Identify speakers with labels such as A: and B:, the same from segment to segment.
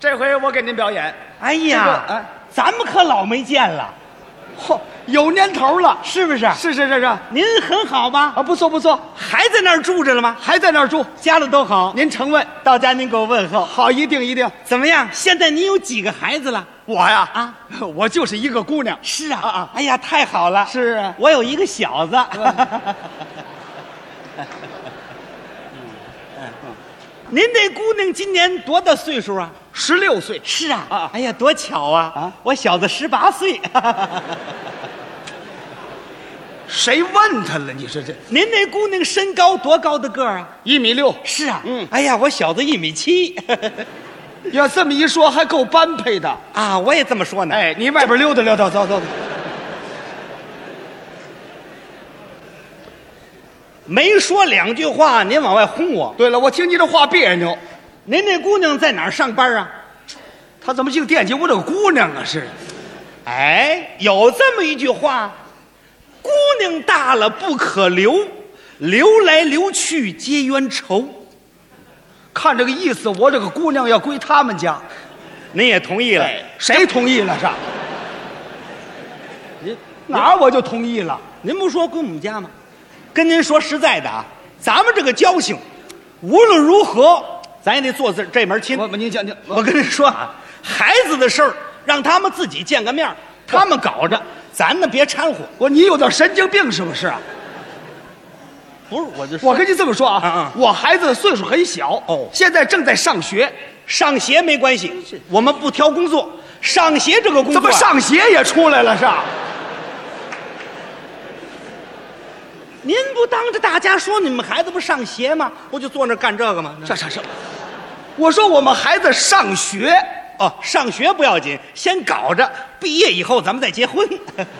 A: 这回我给您表演，
B: 哎
A: 这
B: 呀
A: 个，哎
B: 咱们可老没见了，
A: 嚯，有年头了，
B: 是不是？
A: 是是是是，啊，
B: 您很好吧？
A: 不错不错，
B: 还在那儿住着了吗？
A: 还在那儿住，
B: 家里都好，
A: 您承问，
B: 到家您给我问候，
A: 好，一定一定，
B: 怎么样？现在您有几个孩子了？
A: 我呀
B: 啊，
A: 我就是一个姑娘，
B: 是啊，
A: 啊啊
B: 哎呀，太好了！
A: 是啊
B: 我有一个小子。 嗯您这姑娘今年多大岁数啊？
A: 十六岁，
B: 是啊
A: 啊
B: 哎呀，多巧啊！
A: 啊
B: 我小子十八岁。
A: 谁问他了？你说这
B: 您这姑娘身高多高的个儿啊？
A: 一米六，
B: 是啊，
A: 嗯
B: 哎呀，我小子一米七。
A: 要这么一说还够般配的。
B: 啊，我也这么说呢。
A: 哎，你外边溜达溜达，走走走。
B: 没说两句话，您往外轰我。
A: 对了，我听你这话别扭，
B: 您这姑娘在哪儿上班啊？
A: 他怎么净惦记我这个姑娘啊？是，
B: 哎，有这么一句话：“姑娘大了不可留，留来留去皆冤仇。
A: 看这个意思，我这个姑娘要归他们家。”
B: 您也同意了？
A: 哎，谁同意了是？你哪儿我就同意了。
B: 您不说归我们家吗？跟您说实在的啊，咱们这个交情，无论如何，咱也得做这这门亲。
A: 我你讲讲，
B: 我跟您说啊，孩子的事儿，让他们自己见个面儿，他们搞着，咱呢别掺和。
A: 我你有点神经病是不是啊？
B: 不是，我就
A: 我跟你这么说
B: 嗯
A: 啊，
B: 嗯
A: 我孩子的岁数很小
B: 哦
A: 现在正在上学，
B: 上学没关系，我们不挑工作，上学这个工作
A: 怎
B: 啊
A: 么上学也出来了是吧？
B: 您不当着大家说你们孩子不上学吗？不就坐那儿干这个吗？
A: 这这这，我说我们孩子上学，
B: 哦，上学不要紧，先搞着，毕业以后咱们再结婚。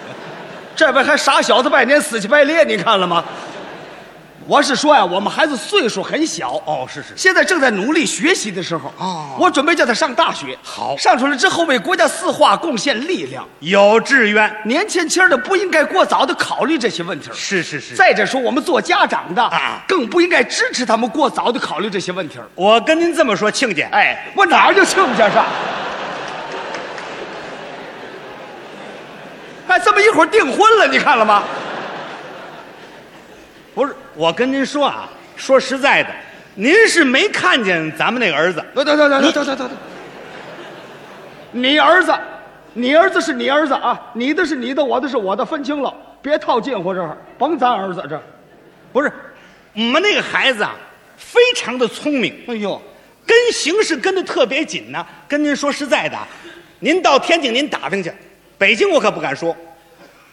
A: 这边还傻小子拜年死乞白咧，你看了吗？我是说呀、我们孩子岁数很小
B: 哦，是是，
A: 现在正在努力学习的时候
B: 哦
A: 我准备叫他上大学。
B: 好
A: 上出来之后为国家四化贡献力量。
B: 有志愿。
A: 年轻轻的不应该过早的考虑这些问题儿。
B: 是是是，
A: 再者说，我们做家长的
B: 啊
A: 更不应该支持他们过早的考虑这些问题儿。
B: 我跟您这么说，庆姐，
A: 哎，我哪儿就听不见上？哎，这么一会儿订婚了，你看了吗？
B: 不是，我跟您说啊，说实在的，您是没看见咱们那个儿子，
A: 等等等等等等等等，你儿子，你儿子是你儿子啊，你的是你的，我的是我的，分清了，别套近乎这儿，甭咱儿子这儿。
B: 不是，我们那个孩子啊，非常的聪明，
A: 哎呦，
B: 跟形势跟的特别紧呢、跟您说实在的啊，您到天津您打听去，北京我可不敢说。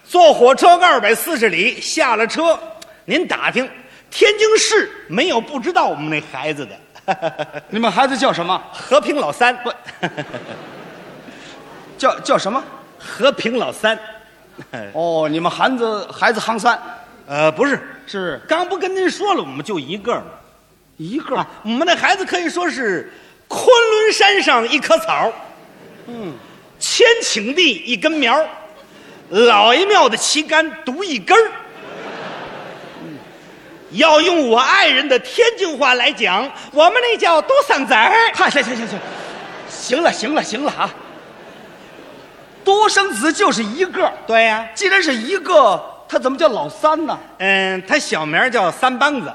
B: 坐火车二百四十里，下了车，您打听，天津市没有不知道我们那孩子的。
A: 你们孩子叫什么？
B: 和平老三不，
A: 叫叫什么？
B: 和平老三，哎
A: 哦，你们孩子孩子行三
B: 呃，不是，
A: 是
B: 刚不跟您说了，我们就一个吗？
A: 一个
B: 啊，我们那孩子可以说是昆仑山上一棵草，嗯，千顷地一根苗儿，老爷庙的旗杆独一根儿。要用我爱人的天津话来讲，我们那叫独三仔儿。
A: 嗨，行行行行，行了行了行了啊！独生子就是一个，
B: 对呀、
A: 既然是一个，他怎么叫老三呢？
B: 嗯，他小名儿叫三梆子。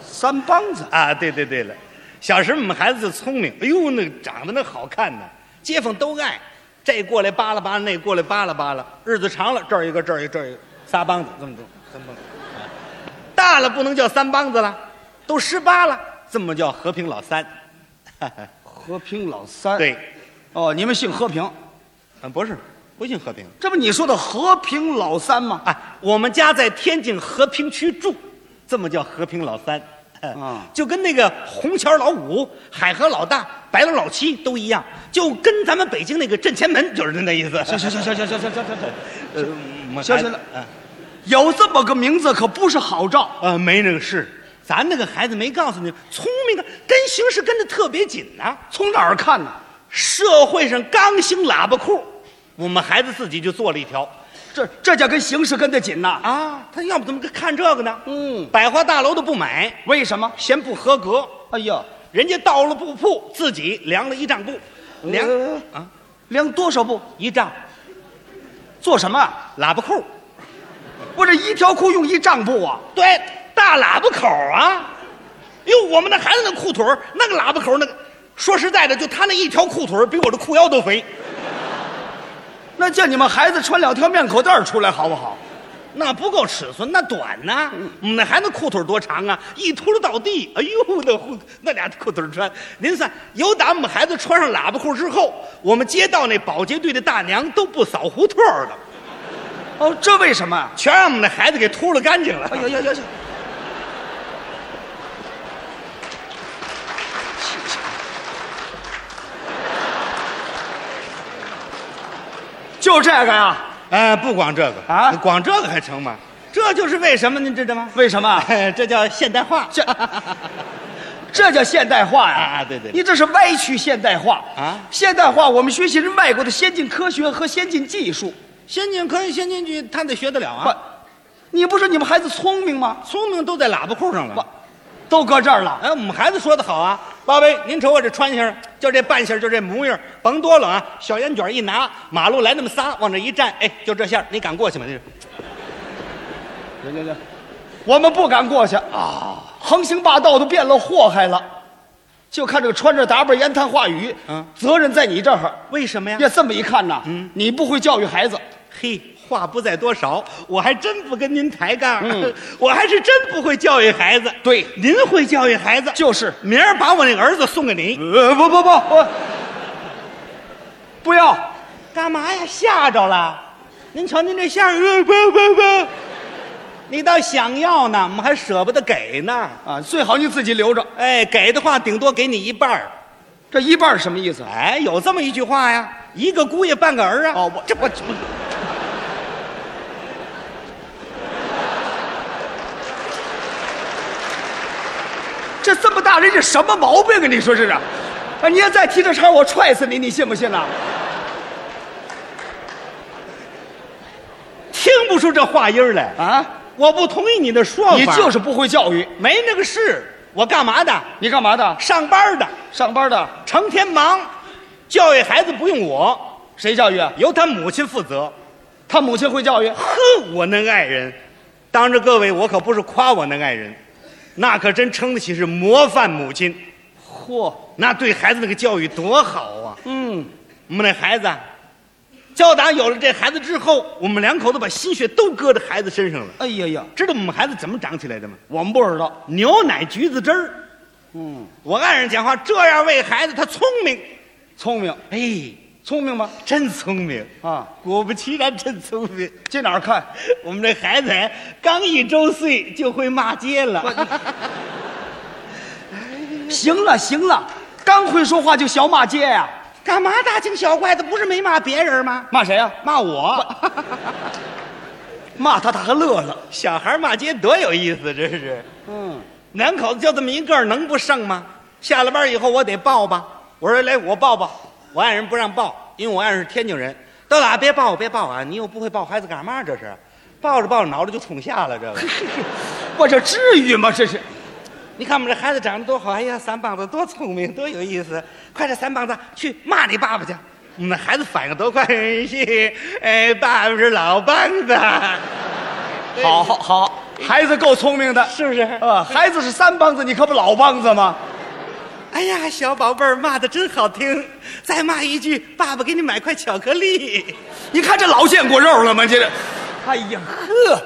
A: 三帮子。
B: 啊，对对对了，小时候我们孩子就聪明，哎呦，那长得那好看呢，街坊都爱，这过来扒拉扒拉，那过来扒拉扒拉，日子长了，这儿一个，这儿一个，这儿一个，仨帮子，这么多，三帮子。大了不能叫三帮子了，都十八了，这么叫和平老三。
A: 和平老三，
B: 对，
A: 哦，你们姓和平，
B: 嗯，不是，不姓和平
A: 这不你说的和平老三吗？
B: 啊，我们家在天津和平区住，这么叫和平老三。
A: 嗯
B: 就跟那个红桥老五、海河老大、白楼老七都一样，就跟咱们北京那个镇前门就是那意思。
A: 行行行行行行行行行行，
B: 呃，我
A: 行
B: 孩
A: 行
B: 子啊
A: 了有这么个名字可不是好兆。
B: 呃，没那个事。咱那个孩子没告诉你，聪明啊，跟形势跟的特别紧呐、
A: 从哪儿看呢？
B: 社会上刚兴喇叭裤，我们孩子自己就做了一条
A: 这这叫跟形势跟得紧呐、
B: 啊。他要不怎么看这个呢？
A: 嗯
B: 百货大楼都不买，
A: 为什么？
B: 嫌不合格。
A: 哎呀，
B: 人家到了布铺，自己量了一丈布，量、
A: 呃
B: 啊
A: 量多少步？
B: 一丈
A: 做什么啊？
B: 喇叭裤，
A: 不是一条裤用一丈布啊？
B: 对，大喇叭口啊。哟，我们那孩子那裤腿儿那个喇叭口儿那个，说实在的，就他那一条裤腿儿比我这裤腰都肥，
A: 那叫你们孩子穿两条面口袋儿出来好不好？
B: 那不够尺寸，那短呐、我们那孩子裤腿儿多长啊？一秃噜倒地，哎呦，那裤那俩裤腿儿穿，您算，有打我们孩子穿上喇叭裤之后，我们街道那保洁队的大娘都不扫胡同儿了。
A: 哦，这为什么啊？
B: 全让我们那孩子给秃噜干净了。
A: 哎呦呦呦呦！就这个呀？
B: 哎，不光这个
A: 啊
B: 光这个还成吗？这就是为什么，您知道吗？
A: 为什么啊？
B: 哎这叫现代化。
A: 这这叫现代化呀！
B: 啊对对对
A: 你这是歪曲现代化
B: 啊
A: 现代化，我们学习是外国的先进科学和先进技术。
B: 先进科学、先进剧，他得学得了
A: 不
B: 啊。，
A: 你不是你们孩子聪明吗？
B: 聪明都在喇叭裤上
A: 不
B: 了。，
A: 都搁这儿了。
B: 哎，我们孩子说的好啊，八位，您瞅我这穿相，就这半相，就这模样，甭多了啊。小烟卷一拿，马路来那么仨，往这一站，哎，就这相，你敢过去吗？你
A: 行行行，我们不敢过去啊！横行霸道都变了祸害了，就看这个穿着打扮、言谈话语，
B: 嗯
A: 责任在你这儿。
B: 为什么呀？
A: 要这么一看呐，你不会教育孩子，
B: 嘿，话不在多少，我还真不跟您抬杠， 我还是真不会教育孩子。
A: 嗯对
B: 您会教育孩子，
A: 就是
B: 明儿把我那儿子送给您。
A: 呃，不不不，我不要，
B: 干嘛呀？吓着了？您瞧您这相，呃不不不，你倒想要呢，我们还舍不得给呢。
A: 啊，最好你自己留着。
B: 哎，给的话顶多给你一半儿。
A: 这一半儿什么意思？啊
B: 哎，有这么一句话呀，一个姑爷半个儿啊。
A: 哦我
B: 这我
A: 这这么大人，这什么毛病啊？你说这是？啊，你要再提这茬儿，我踹死你，你信不信呐、
B: 听不出这话音儿来。
A: 啊？
B: 我不同意你的说法，
A: 你就是不会教育，
B: 没那个事。我干嘛的？
A: 你干嘛的？
B: 上班的，
A: 上班的，
B: 成天忙，教育孩子不用我，
A: 谁教育啊？
B: 由他母亲负责。
A: 他母亲会教育。
B: 呵，我能爱人，当着各位，我可不是夸我能爱人，那可真称得起是模范母亲。
A: 嚯，
B: 那对孩子那个教育多好啊！
A: 嗯，
B: 我们那孩子啊，教打有了这孩子之后，我们两口子把心血都搁在孩子身上了。
A: 哎呀呀，
B: 知道我们孩子怎么长起来的吗？
A: 我们不知道。
B: 牛奶、橘子汁儿。
A: 嗯，
B: 我爱人讲话这样喂孩子，他聪明。
A: 聪明，
B: 哎，
A: 聪明吗？
B: 真聪明！
A: 啊，
B: 果不其然，真聪明。
A: 这哪儿看？
B: 我们这孩子刚一周岁就会骂街
A: 我
B: 了。
A: 行了行了，刚会说话就小骂街呀、
B: 干嘛大惊小怪的？不是没骂别人吗？
A: 骂谁啊呀、
B: 骂我，
A: 骂他他还乐了。
B: 小孩骂街多有意思，真是。
A: 嗯，
B: 两口子就这么一个儿，能不剩吗？下了班以后我得抱吧。我说来，我抱抱。我爱人不让抱，因为我爱人是天津人。到哪别抱我，别抱啊！你又不会抱孩子干嘛？这是，抱着抱着脑袋就冲下了。这个，
A: 我这至于吗？这是
B: 你看我们这孩子长得多好！哎呀，三棒子多聪明，多有意思！快点，三棒子去骂你爸爸去。我们那孩子反应多快！是，哎，爸爸是老棒子，
A: 好好好，孩子够聪明的。
B: 是不是？
A: 啊，孩子是三帮子，你可不老帮子吗？
B: 哎呀，小宝贝儿骂的真好听，再骂一句，爸爸给你买块巧克力。
A: 你看这老见过肉了吗？这是，哎呀呵，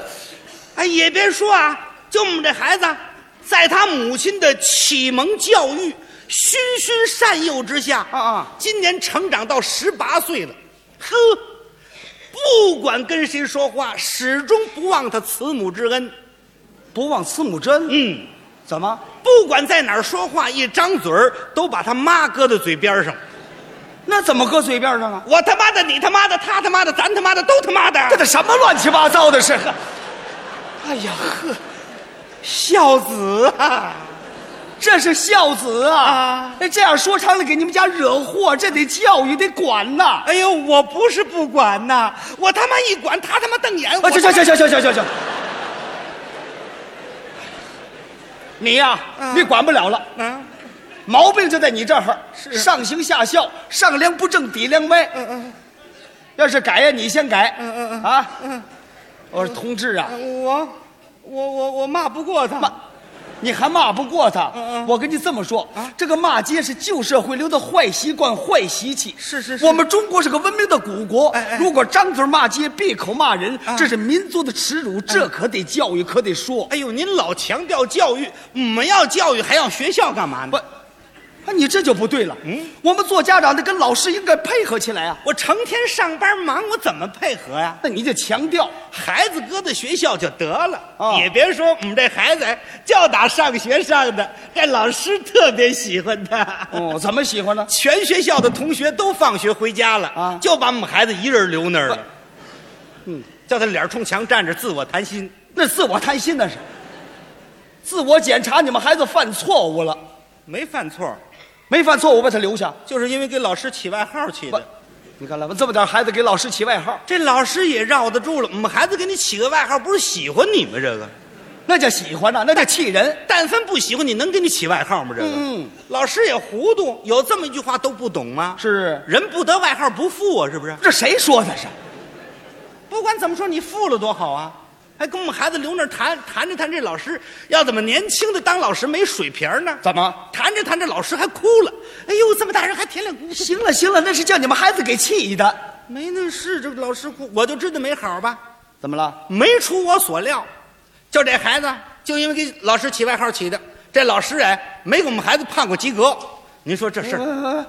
B: 哎，也别说啊，就我们这孩子啊，在他母亲的启蒙教育、循循善诱之下，
A: 啊啊
B: 今年成长到十八岁了，呵，不管跟谁说话，始终不忘他慈母之恩。
A: 不忘慈母真。
B: 嗯，
A: 怎么？
B: 不管在哪儿说话，一张嘴儿都把他妈搁在嘴边上。
A: 那怎么搁嘴边上啊？
B: 我他妈的，你他妈的，他他妈的，咱他妈的，都他妈的。
A: 这都什么乱七八糟的事？呵
B: 哎呀呵，孝子啊！
A: 这是孝子啊
B: 啊！
A: 哎这样说长了，给你们家惹祸，这得教育，得管呐！
B: 哎呦，我不是不管呐，我他妈一管，他他妈瞪眼。
A: 啊，
B: 我
A: 行行行行行行行行，你呀、
B: 嗯
A: 你管不了了。
B: 啊！
A: 毛病就在你这儿，上行下效，上梁不正底梁歪。嗯嗯，要是改呀，你先改。嗯嗯嗯啊，我说同志啊，
B: 我我我我骂不过他，
A: 骂，你还骂不过他。我跟你这么说，这个骂街是旧社会留的坏习惯、坏习气。
B: 是是是
A: 我们中国是个文明的古国，
B: 哎哎
A: 如果张嘴骂街、闭口骂人，这是民族的耻辱，这可得教育，可得说。
B: 哎呦，您老强调教育，我们要教育还要学校干嘛呢？
A: 不，啊，你这就不对了。嗯，我们做家长的跟老师应该配合起来啊。
B: 我成天上班忙，我怎么配合呀、
A: 那你就强调，
B: 孩子搁在学校就得了，
A: 哦
B: 也别说我们这孩子叫打上学上的，这老师特别喜欢他。
A: 哦，怎么喜欢呢？
B: 全学校的同学都放学回家了，
A: 啊
B: 就把我们孩子一人留那儿了。嗯，叫他脸冲墙站着，自我谈心。
A: 那自我贪心那是，自我检查你们孩子犯错误了，
B: 没犯错，
A: 没犯错误把他留下。
B: 就是因为给老师起外号起
A: 不
B: 的。，
A: 你看来吧，这么点孩子给老师起外号，
B: 这老师也绕得住了，我们孩子给你起个外号，不是喜欢你吗？这个，
A: 那叫喜欢呐、那叫气人。
B: 但凡不喜欢你，能给你起外号吗？这个，
A: 嗯，
B: 老师也糊涂，有这么一句话都不懂吗？
A: 是，
B: 人不得外号不富啊，是不是？
A: 这谁说的是？
B: 不管怎么说，你富了多好啊！还跟我们孩子留那儿谈谈着谈这老师，要怎么年轻的当老师没水平呢？
A: 怎么？
B: 谈着谈着老师还哭了？哎呦，这么大人还舔脸哭，
A: 行了行了，那是叫你们孩子给气的。
B: 没那事，这个老师哭，我就知道没好吧？
A: 怎么了？
B: 没出我所料，就这孩子就因为给老师起外号起的，这老师哎没给我们孩子判过及格。您说这事儿？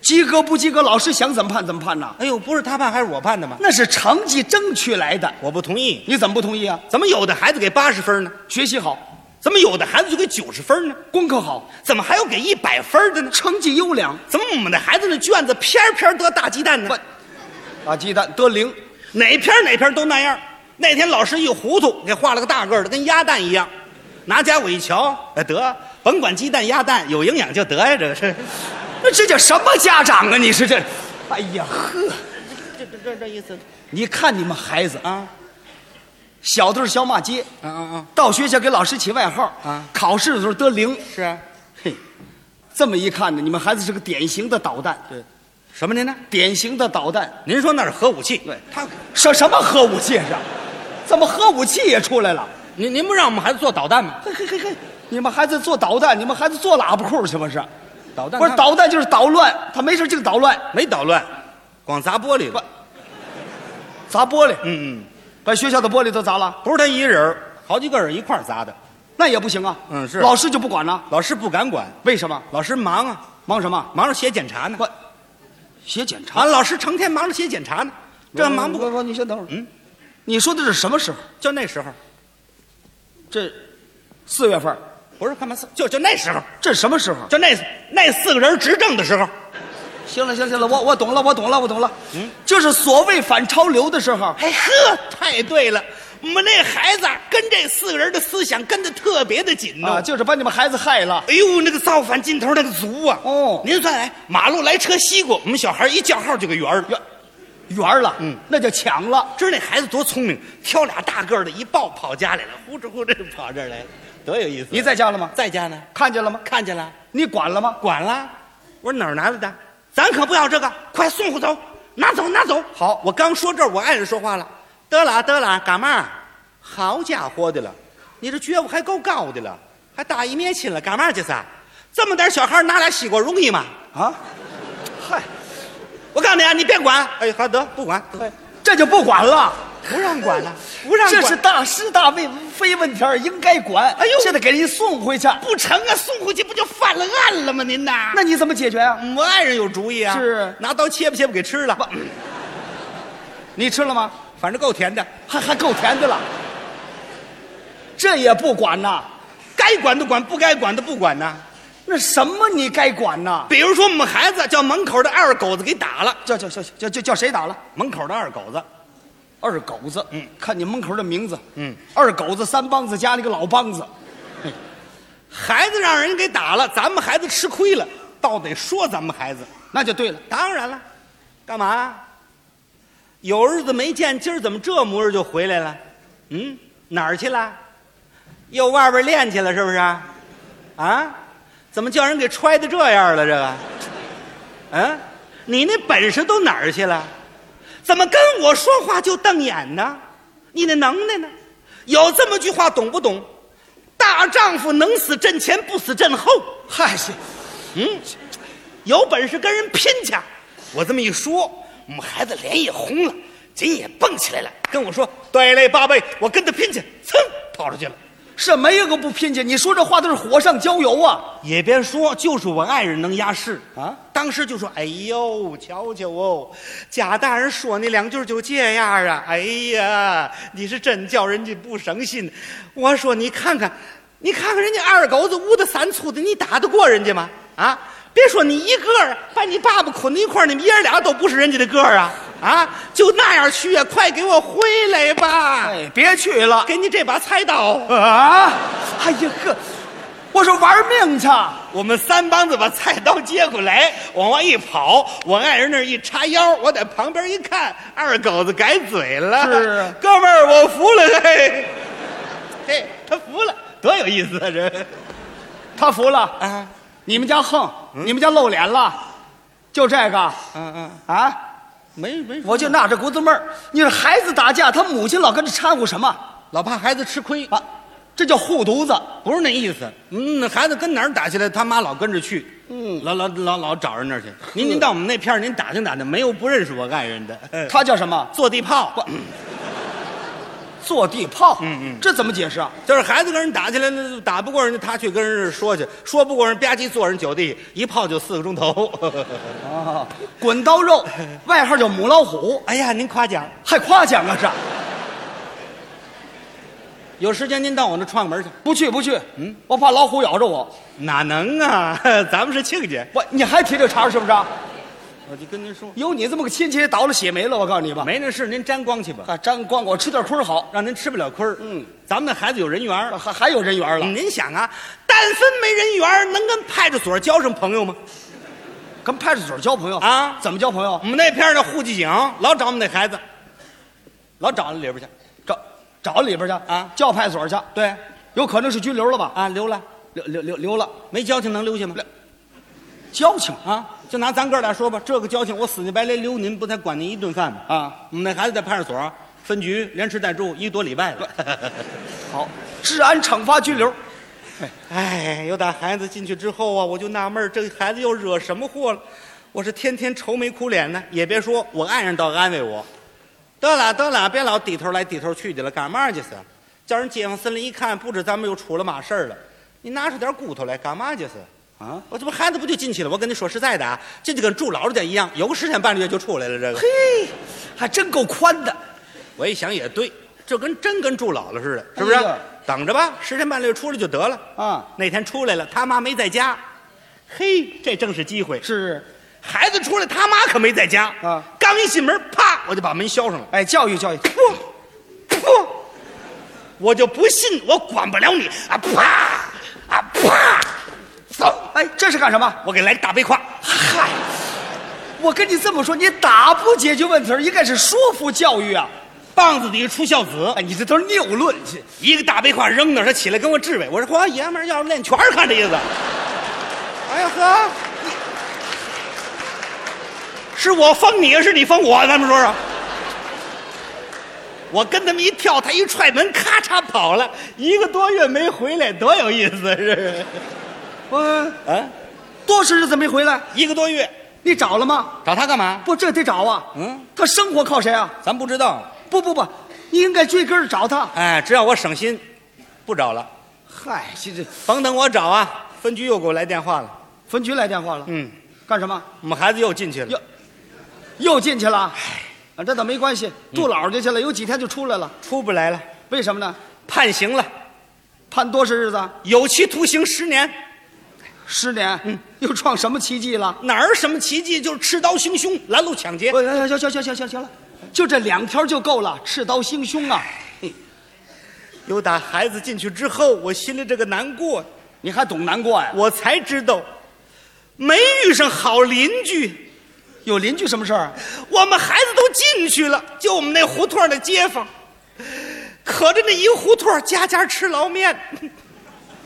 A: 及格不及格，老师想怎么判怎么判呐？
B: 哎呦，不是他判还是我判的吗？
A: 那是成绩争取来的，
B: 我不同意。
A: 你怎么不同意啊？
B: 怎么有的孩子给八十分呢？
A: 学习好，
B: 怎么有的孩子就给九十分呢？
A: 功课好，
B: 怎么还有给一百分的呢？
A: 成绩优良，
B: 怎么我们的孩子的卷子偏儿偏儿得大鸡蛋呢
A: 不？打鸡蛋得零，
B: 哪篇儿哪篇儿都那样。那天老师一糊涂，给画了个大个儿的，跟鸭蛋一样。拿家我一瞧，哎得，甭管鸡蛋鸭蛋，有营养就得呀，这个 是。
A: 那这叫什么家长啊？你是这，哎呀呵，
B: 这这这这意思
A: 你看你们孩子啊，
B: 啊
A: 小的时候小骂街，
B: 啊啊啊！
A: 到学校给老师起外号
B: 啊
A: 考试的时候得零，
B: 是啊，
A: 嘿，这么一看呢，你们孩子是个典型的捣蛋，
B: 对，什么您呢？
A: 典型的捣蛋。
B: 您说那是核武器？
A: 对
B: 他
A: 什什么核武器是？怎么核武器也出来了？
B: 您您不让我们孩子做导弹吗？
A: 嘿嘿嘿嘿，你们孩子做导弹，你们孩子做喇叭裤去不是？
B: 导弹
A: 不是
B: 他
A: 捣蛋就是捣乱，他没事净捣乱，
B: 没捣乱，光砸玻璃
A: 不。
B: 了
A: 砸玻璃，
B: 嗯嗯，
A: 把学校的玻璃都砸了，
B: 不是他一人儿，好几个人一块儿砸的。
A: 那也不行啊。
B: 嗯是
A: 老师就不管了，
B: 老师不敢管，
A: 为什么？
B: 老师忙啊，
A: 忙什么？
B: 忙着写检查呢。
A: 不，写检查。
B: 啊，老师成天忙着写检查呢，这忙不过
A: 不不，你先等会儿。
B: 嗯，
A: 你说的是什么时候？
B: 就那时候，
A: 这四月份，
B: 不是干嘛四，就就那时候，
A: 这什么时候？
B: 就那那四个人执政的时候，
A: 行了行了行了，我我懂了，我懂了，我懂了。嗯，就是所谓反潮流的时候。
B: 哎呵，太对了，我们那孩子啊跟这四个人的思想跟得特别的紧呢。
A: 啊，就是把你们孩子害了。
B: 哎呦，那个造反劲头那个足啊！
A: 哦
B: 您算来，马路来车西瓜，我们小孩一叫号就给圆儿了。
A: 圆圆儿了，嗯，那就抢了。
B: 知道那孩子多聪明，挑俩大个儿的一抱跑家里了，呼哧呼哧地跑这儿来了，多有意思！啊
A: 你在家了吗？
B: 在家呢，
A: 看见了吗？
B: 看见了。
A: 你管了吗？
B: 管了。我说哪儿拿来的？咱可不要这个，快送回走，拿走拿走。
A: 好
B: 我刚说这儿，我爱人说话了，得了啊得了啊，干嘛？好家伙的了，你这觉悟还够高的了，还大义灭亲了，干嘛去是？这么点小孩拿俩西瓜容易吗？
A: 啊，嗨，
B: 我告诉你啊，你别管。哎，好得不管，得
A: 这就不管了，
B: 不让管了，不让管。
A: 这是大是大非非问题儿，应该管。
B: 哎呦
A: 现在给人家送回去，
B: 不成啊，送回去不就犯了案了吗？您呐，
A: 那你怎么解决啊？
B: 我爱人有主意啊，
A: 是
B: 拿刀切吧切吧给吃了，
A: 你吃了吗？
B: 反正够甜的，
A: 还还够甜的了，这也不管呐？
B: 该管的管，不该管的不管呐。
A: 那什么你该管呐？
B: 比如说，我们孩子叫门口的二狗子给打了，
A: 叫叫叫叫叫叫谁打了？
B: 门口的二狗子，
A: 二狗子，
B: 嗯，
A: 看你门口的名字，
B: 嗯，
A: 二狗子三帮子加那个老帮子，
B: 孩子让人给打了，咱们孩子吃亏了，倒得说咱们孩子。
A: 那就对了。
B: 当然了，干嘛？有日子没见，今儿怎么这模样就回来了？嗯，哪儿去了？又外边练去了是不是？啊，怎么叫人给揣的这样了？这个，嗯，你那本事都哪儿去了？怎么跟我说话就瞪眼呢？你那能耐呢？有这么句话懂不懂？大丈夫能死阵前，不死阵后。
A: 嗨，是
B: 嗯，有本事跟人拼去！我这么一说，我们孩子脸也红了，筋也蹦起来了，跟我说：“对嘞，八贝，我跟他拼去！”噌，跑出去了。
A: 什么一个不拼劲？你说这话都是火上浇油啊！
B: 也别说，就是我爱人能压事啊！当时就说：“哎呦，瞧瞧哦，贾大人说那两句就这样啊！哎呀，你是真叫人家不省心。”我说：“你看看，你看看人家二狗子屋子三粗的，你打得过人家吗？啊！别说你一个儿，把你爸爸捆在一块儿，你们爷儿俩都不是人家的个儿啊！啊，就那样去啊！快给我回来吧！
A: 哎，别去了
B: 给你这把菜刀。”
A: 啊！哎呀呵，我说玩命去！
B: 我们三帮子把菜刀接过来，往外一跑，我爱人那儿一叉腰，我在旁边一看，二狗子改嘴了，
A: 是啊
B: 哥们儿，我服了，嘿，嘿，他服了，多有意思啊，这
C: 他服了，
B: 啊，
C: 你们家横，
A: 嗯
C: 你们家露脸了，就这个
B: 嗯嗯，
C: 啊！
B: 没没，
A: 我就纳着股子闷儿，你说孩子打架，他母亲老跟着掺和什么
B: 老怕孩子吃亏，
A: 啊？这叫护犊子。
B: 不是那意思，嗯，那孩子跟哪儿打起来，他妈老跟着去，嗯，老老老老找人那儿去，您您到我们那片儿，您打听打听，没有不认识我爱人的，嘿
A: 他叫什么？
B: 坐地炮。
A: 坐地炮。嗯嗯，这怎么解释啊？
B: 就是孩子跟人打起来，那打不过人家，他去跟人说去，说不过人，吧唧坐人酒地，一泡就四个钟头。
A: 啊，滚刀 肉，外号叫母老虎，
B: 哎呀，您夸奖，
A: 还夸奖啊这？
B: 有时间您到我那串个门去，
A: 不去不去，嗯，我怕老虎咬着我。
B: 哪能啊？ 咱们是亲家，
A: 我你还提这茬儿是不是啊？
B: 我就跟您说，
A: 有你这么个亲戚，倒了血霉了，我告诉你吧。
B: 没那事，您沾光去吧，
A: 啊，沾光我吃点亏儿好，
B: 让您吃不了亏儿。
A: 嗯，
B: 咱们那孩子有人缘儿。
A: 还还有人缘了，
B: 您想啊，但分没人缘儿，能跟派出所交上朋友吗？
A: 跟派出所交朋友
B: 啊
A: 怎么交朋友
B: 我？们那片儿那户籍警老找我们那孩子，老找那里边去。
A: 找找里边去
B: 啊
A: 叫派出所去，
B: 对，啊
A: 有可能是拘留了吧？
B: 啊，留了，
A: 留留留留了，
B: 没交情能留下吗？
A: 交情
B: 啊，就拿咱哥俩说吧，这个交情，我死乞白赖留您，不才管您一顿饭吗？
A: 啊，
B: 我们那孩子在派出所分局连吃带住一个多礼拜了。
A: 好，治安惩罚拘留，
B: 哎，有打孩子进去之后啊，我就纳闷儿这孩子又惹什么祸了？我是天天愁眉苦脸呢。也别说我爱人倒安慰我，得了得了，别老低头来低头去的了，干嘛去是？叫人街坊森林一看，不知咱们又出了嘛事儿了。你拿出点骨头来干嘛去是？
A: 啊，
B: 我这不孩子不就进去了？我跟你说实在的啊，这就跟住老人家一样，有个十天半个月就出来了。这个，
A: 嘿，还真够宽的。
B: 我一想也对，这跟真跟住老了似的，是不是
A: 哎呀？
B: 等着吧，十天半个月出来就得了。
A: 啊，
B: 那天出来了，他妈没在家，嘿，这正是机会。
A: 是，
B: 孩子出来，他妈可没在家
A: 啊
B: 刚一进门，啪，我就把门销上了。
A: 哎，教育教育，
B: 噗，噗，我就不信我管不了你啊！啪，啊啪，走，
A: 哎，这是干什么？
B: 我给来个大背胯。
A: 嗨，我跟你这么说，你打不解决问题儿，应该是说服教育啊。
B: 棒子底下出孝子，
A: 哎，你这都是谬论，这
B: 一个大背胯扔那儿，他起来跟我质问。我说：“嚯，爷们儿，要是练拳儿看这意思。”哎呀呵，你是我封你，是你封我？咱们说 说。我跟他们一跳，他一踹门，咔嚓跑了，一个多月没回来，多有意思！是
A: 嗯，
B: 啊，
A: 多少日子没回来？
B: 一个多月，
A: 你找了吗？
B: 找他干嘛？
A: 不，这得找啊。
B: 嗯，
A: 他生活靠谁啊？
B: 咱不知道。
A: 不不不，你应该追根儿找他。
B: 哎，只要我省心，不找了。
A: 嗨，这这
B: 甭等我找啊，分局又给我来电话了。
A: 分局来电话了，
B: 嗯，
A: 干什么？
B: 我们孩子又进去了
A: 哟。又进去了？哎，这倒没关系，住老家去了，有几天就出来了。
B: 出不来了，
A: 为什么呢？
B: 判刑了，
A: 判多少日子？
B: 有期徒刑十年。
A: 十年。又创什么奇迹了？
B: 哪儿什么奇迹？就是持刀行凶、拦路抢 劫
A: 不，。行
D: 哎
A: 行行行行行行了，就这两条就够了。持刀行凶啊！
B: 有打孩子进去之后，我心里这个难过，
A: 你还懂难过呀？
D: 啊
B: 我才知道，没遇上好邻居。
A: 有邻居什么事
D: 啊
A: 儿？
B: 我们孩子都进去了，就我们那胡同儿的街坊，可着那一胡同儿家家吃捞面，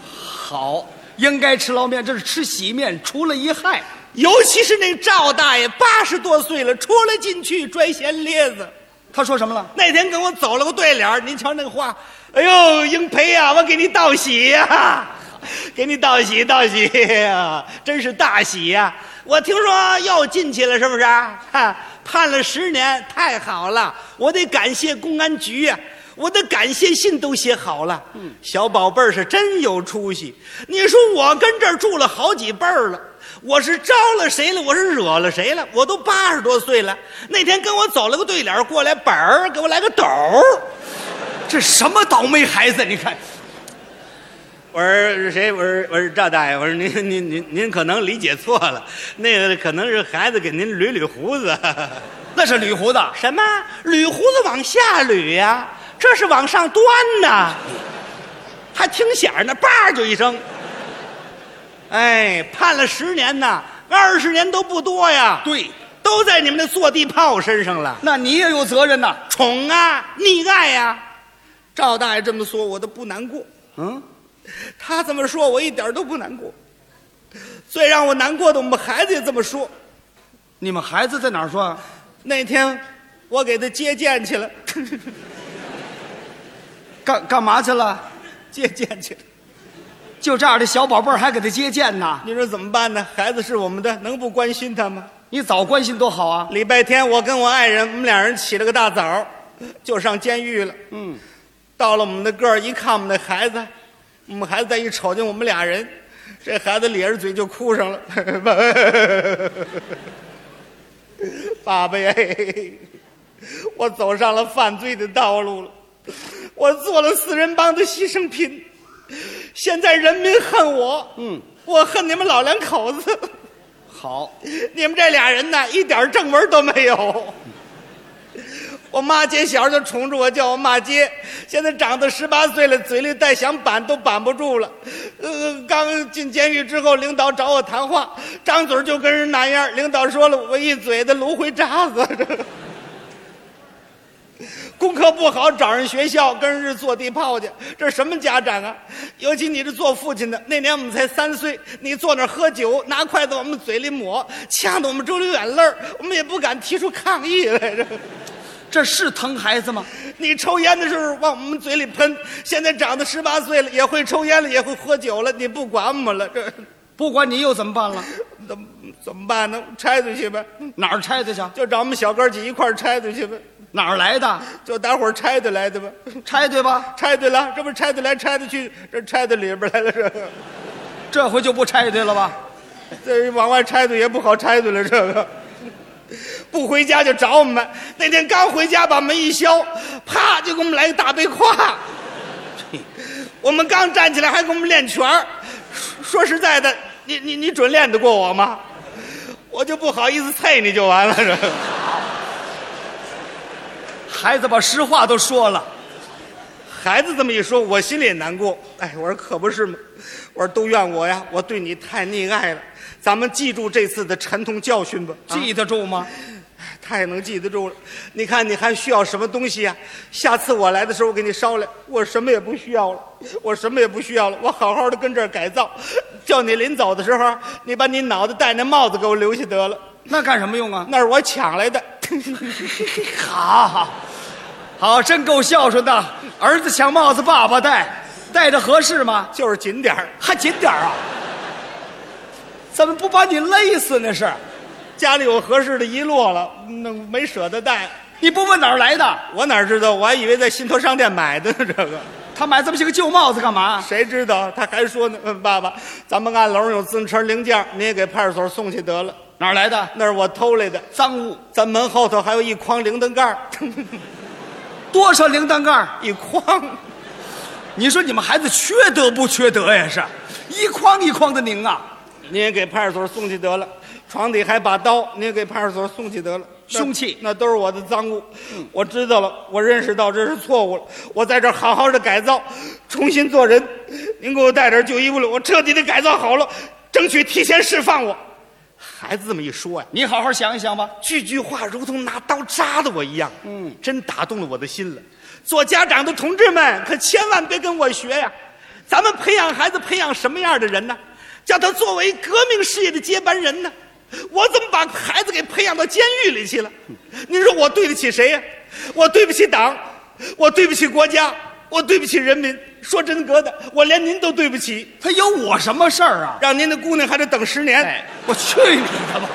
A: 好，
D: 应该吃捞面，这是吃洗面，除了一害。
B: 尤其是那赵大爷，八十多岁了，出来进去拽弦咧子。
D: 他说什么了？
B: 那天跟我走了个对联儿您瞧那个话，哎呦，英培呀、我给你道喜呀、 给你道喜道喜 呀、真是大喜呀、我听说又进去了，是不是？ 哈，判了十年，太好了！我得感谢公安局呀、我的感谢信都写好了。小宝贝儿是真有出息。你说我跟这儿住了好几辈儿了。我是招了谁了？我是惹了谁了？我都八十多岁了。那天跟我走了个对联儿，过来本儿给我来个斗儿。
D: 这什么倒霉孩子？你看，
B: 我说是谁？我说我说赵大爷，我说您您您您可能理解错了，那个可能是孩子给您捋捋胡子。
D: 那是捋胡子。
B: 什么？捋胡子往下捋呀、这是往上端呐，还听响儿呢，叭儿就一声。哎，判了十年呐，二十年都不多呀。
D: 对，
B: 都在你们那坐地炮身上了。
D: 那你也有责任呐。
B: 宠啊，溺爱呀、赵大爷这么说，我都不难过。
D: 嗯，
B: 他这么说，我一点儿都不难过。最让我难过的，我们孩子也这么说。
D: 你们孩子在哪儿说啊？
B: 那天我给他接见去了，
D: 干干嘛去了？
B: 接见去了。
D: 就这样的小宝贝儿还给他接见呢，
B: 你说怎么办呢？孩子是我们的，能不关心他吗？
D: 你早关心多好啊！
B: 礼拜天，我跟我爱人，我们俩人起了个大早，就上监狱了。嗯，到了我们的个儿，一看我们的孩子，我们孩子再一瞅见我们俩人，这孩子咧着嘴就哭上了。 爸爸呀， 我走上了犯罪的道路了，我做了四人帮的牺牲品，现在人民恨我，嗯，我恨你们老两口子。
D: 好，
B: 你们这俩人呢，一点正文都没有。我妈姐小时候就宠着我，叫我骂街。现在长到十八岁了，嘴里再想板都板不住了。呃，刚进监狱之后，领导找我谈话，张嘴就跟人那样。领导说了我一嘴的芦荟渣子。功课不好，找人学校跟人家坐地炮去，这是什么家长啊？尤其你这做父亲的，那年我们才三岁，你坐那儿喝酒，拿筷子往我们嘴里抹，呛得我们直流眼泪儿我们也不敢提出抗议来着。
D: 这是疼孩子吗？
B: 你抽烟的时候往我们嘴里喷，现在长到十八岁了，也会抽烟了，也会喝酒了，你不管我们了，这
D: 不管你又怎么办了？
B: 怎么怎么办呢？拆出去呗，
D: 哪儿拆的去？
B: 就找我们小哥几一块儿拆出去呗，
D: 哪儿来的？
B: 就大伙儿拆的来的呗。
D: 拆对吧？
B: 拆对了，这不拆的来拆的去，这拆到里边来了，这
D: 这回就不拆对了吧？
B: 这往外拆的也不好拆对了，这个不回家就找我们。那天刚回家，把门一销，啪就给我们来个大背胯。我们刚站起来，还给我们练拳儿说说实在的，你你你准练得过我吗？我就不好意思啐你就完了，这个。
D: 孩子把实话都说了，
B: 孩子这么一说，我心里也难过。哎，我说可不是嘛，我说都怨我呀，我对你太溺爱了。咱们记住这次的沉痛教训吧，啊
D: 记得住吗？
B: 太能记得住了。你看，你还需要什么东西呀、下次我来的时候，我给你捎来。我什么也不需要了，我什么也不需要了，我好好的跟这儿改造。叫你临走的时候，你把你脑袋戴那帽子给我留下得了，
D: 那干什么用啊？
B: 那是我抢来的。
D: 好好，好，真够孝顺的。儿子抢帽子，爸爸戴，戴着合适吗？
B: 就是紧点儿，
D: 还紧点儿啊！怎么不把你累死那是？
B: 家里有合适的遗落了，那没舍得带。
D: 你不问哪儿来的？
B: 我哪知道？我还以为在信托商店买的呢。这个
D: 他买这么些个旧帽子干嘛？
B: 谁知道？他还说呢，嗯爸爸，咱们按楼上有自行车零件，你也给派出所送去得了。
D: 哪儿来的？
B: 那是我偷来的，
D: 赃物
B: 咱门后头还有一筐铃铛盖儿
D: 多少铃铛盖儿？
B: 一筐。
D: 你说你们孩子缺德不缺德呀？是，一筐一筐的拧啊！
B: 你也给派出所送去得了。床底还把刀，你也给派出所送去得了。那
D: 凶器嗯
B: 那都是我的赃物，我知道了，我认识到这是错误了，我在这儿好好的改造，重新做人。您给我带点旧衣服来，我彻底的改造好了，争取提前释放我。孩子这么一说呀、
D: 你好好想一想吧。
B: 句句话如同拿刀扎的我一样，嗯，真打动了我的心了。做家长的同志们，可千万别跟我学呀！咱们培养孩子培养什么样的人呢？叫他作为革命事业的接班人呢？我怎么把孩子给培养到监狱里去了？你说我对得起谁呀、我对不起党，我对不起国家，我对不起人民。说真格的，我连您都对不起，
D: 他有我什么事儿啊？
A: 哎
D: 哎
B: 让您的姑娘还得等十年。
D: 哎，我去你的吧！